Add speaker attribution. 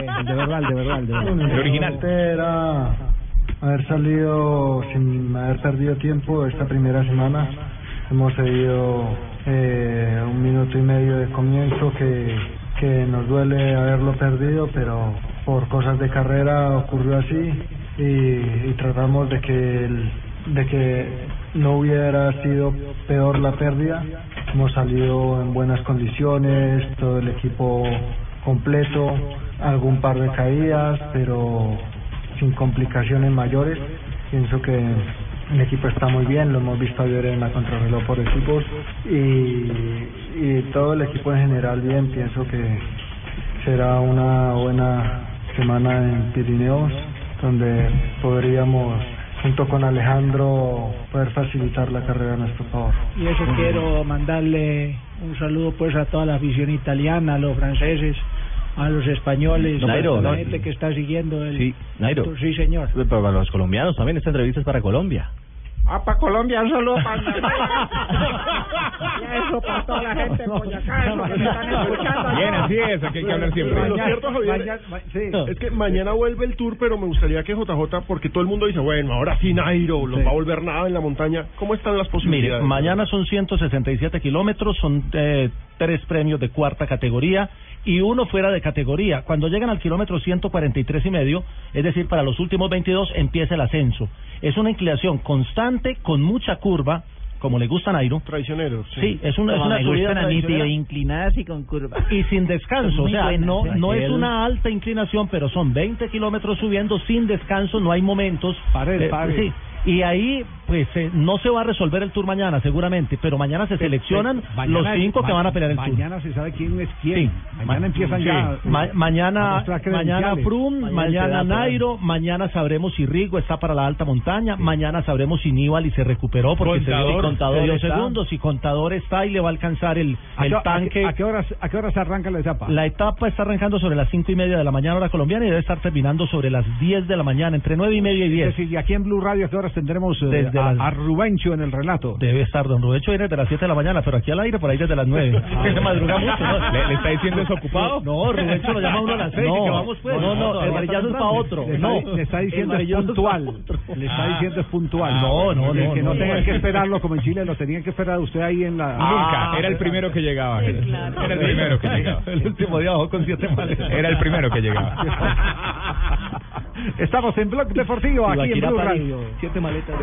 Speaker 1: El de verdad, el de verdad, el de verdad.
Speaker 2: El original.
Speaker 1: Realmente era haber salido sin haber perdido tiempo esta primera semana. Hemos cedido eh, un minuto y medio de comienzo que, que nos duele haberlo perdido, pero por cosas de carrera ocurrió así y, y tratamos de que, el- de que no hubiera sido peor la pérdida. Hemos salido en buenas condiciones, todo el equipo completo, algún par de caídas, pero sin complicaciones mayores. Pienso que el equipo está muy bien, lo hemos visto ayer en la contrarreloj por equipos y, y todo el equipo en general bien. Pienso que será una buena semana en Pirineos, donde podríamos, junto con Alejandro, poder facilitar la carrera a nuestro favor.
Speaker 3: Y eso quiero mandarle un saludo pues a toda la afición italiana, a los franceses, a los españoles,
Speaker 2: No, pero-
Speaker 3: a la
Speaker 2: no,
Speaker 3: gente que está siguiendo el...
Speaker 2: Sí, Nairo.
Speaker 3: Sí, señor.
Speaker 2: Pero Para los colombianos también, esta entrevista es para Colombia.
Speaker 4: Ah, para Colombia, un saludo para Y eso para toda la gente de Boyacá, eso que me están escuchando.
Speaker 5: Bien, así es, aquí hay que hablar siempre.
Speaker 4: Lo cierto, Javier,
Speaker 2: Ah.
Speaker 4: es que mañana vuelve el tour, pero me gustaría que JJ, porque todo el mundo dice, bueno, ahora sí Nairo, los va a volver nada en la montaña. ¿Cómo están las
Speaker 2: Mire,
Speaker 4: posibilidades?
Speaker 2: mañana son 167 kilómetros, son eh, tres premios de cuarta categoría y uno fuera de categoría. Cuando llegan al kilómetro 143 y medio, es decir, para los últimos 22, empieza el ascenso. Es una inclinación constante, con mucha curva, como le gusta a Nairo.
Speaker 4: Traicioneros.
Speaker 2: Sí, es una, es una subida tradicional.
Speaker 6: inclinadas y con curvas.
Speaker 2: y sin descanso, o
Speaker 6: Muy
Speaker 2: sea,
Speaker 6: buena,
Speaker 2: no,
Speaker 6: sí.
Speaker 2: no es
Speaker 6: Aquel-
Speaker 2: una alta inclinación, pero son 20 kilómetros subiendo sin descanso, no hay momentos.
Speaker 3: Pared,
Speaker 2: Eh,
Speaker 3: pared.
Speaker 2: sí. Y ahí, pues, eh, no se va a resolver el tour mañana, seguramente, pero mañana se seleccionan los cinco que van a pelear el tour.
Speaker 3: Mañana se sabe quién es
Speaker 2: Sí. Ma- sí. Ma-
Speaker 3: a
Speaker 2: mañana,
Speaker 3: mostrar credenciales.
Speaker 2: mañana Frum, mañana,
Speaker 6: Mañana se da, pero-
Speaker 2: Nairo, mañana sabremos si Rigo está para la alta montaña, mañana sabremos si Nibali se recuperó porque se dio
Speaker 5: Contador.
Speaker 2: contador dio
Speaker 3: Está.
Speaker 2: segundos, si contador está y le va a alcanzar el,
Speaker 3: ¿A
Speaker 2: el
Speaker 3: qué- a qué-
Speaker 2: tanque.
Speaker 3: ¿A qué horas, a qué horas arranca la etapa?
Speaker 2: La etapa está arrancando sobre las cinco y media de la mañana hora colombiana y debe estar terminando sobre las 10 de la mañana, entre nueve y media y
Speaker 3: Es
Speaker 2: 10.
Speaker 3: decir, y aquí en Blue Radio, ¿a qué horas tendremos eh,
Speaker 2: Desde
Speaker 3: a,
Speaker 2: las-
Speaker 3: a Rubencho en el relato?
Speaker 2: Debe estar, don Rubecho viene de las 7 de la mañana, pero aquí al aire por ahí desde las 9.
Speaker 3: Ah,
Speaker 2: se madruga mucho, ¿no?
Speaker 5: ¿Le, le está diciendo desocupado?
Speaker 2: No, Rubecho lo llama a uno a las 6
Speaker 3: No,
Speaker 2: y que vamos pues.
Speaker 3: no, no,
Speaker 2: el
Speaker 3: no,
Speaker 2: varillazo es
Speaker 3: no,
Speaker 2: para otro.
Speaker 3: Le está,
Speaker 2: No,
Speaker 3: le está diciendo
Speaker 2: el
Speaker 3: es
Speaker 2: varillazo es
Speaker 3: puntual.
Speaker 2: pa' otro.
Speaker 3: Le está
Speaker 5: Ah.
Speaker 3: diciendo es puntual.
Speaker 5: Ah,
Speaker 2: No, no,
Speaker 3: El
Speaker 2: no.
Speaker 3: que no,
Speaker 2: no.
Speaker 3: tengan que esperarlo como en Chile, lo tenían que esperar usted ahí en la... Ah,
Speaker 5: Nunca, era el primero que llegaba. Era el primero que llegaba.
Speaker 2: El último día bajó con 7 males.
Speaker 5: Era el primero que llegaba.
Speaker 3: Estamos en Blog Deportivo, aquí en
Speaker 2: Ibaquirá,
Speaker 3: Blue
Speaker 2: París,
Speaker 3: Radio.
Speaker 2: Siete maletas.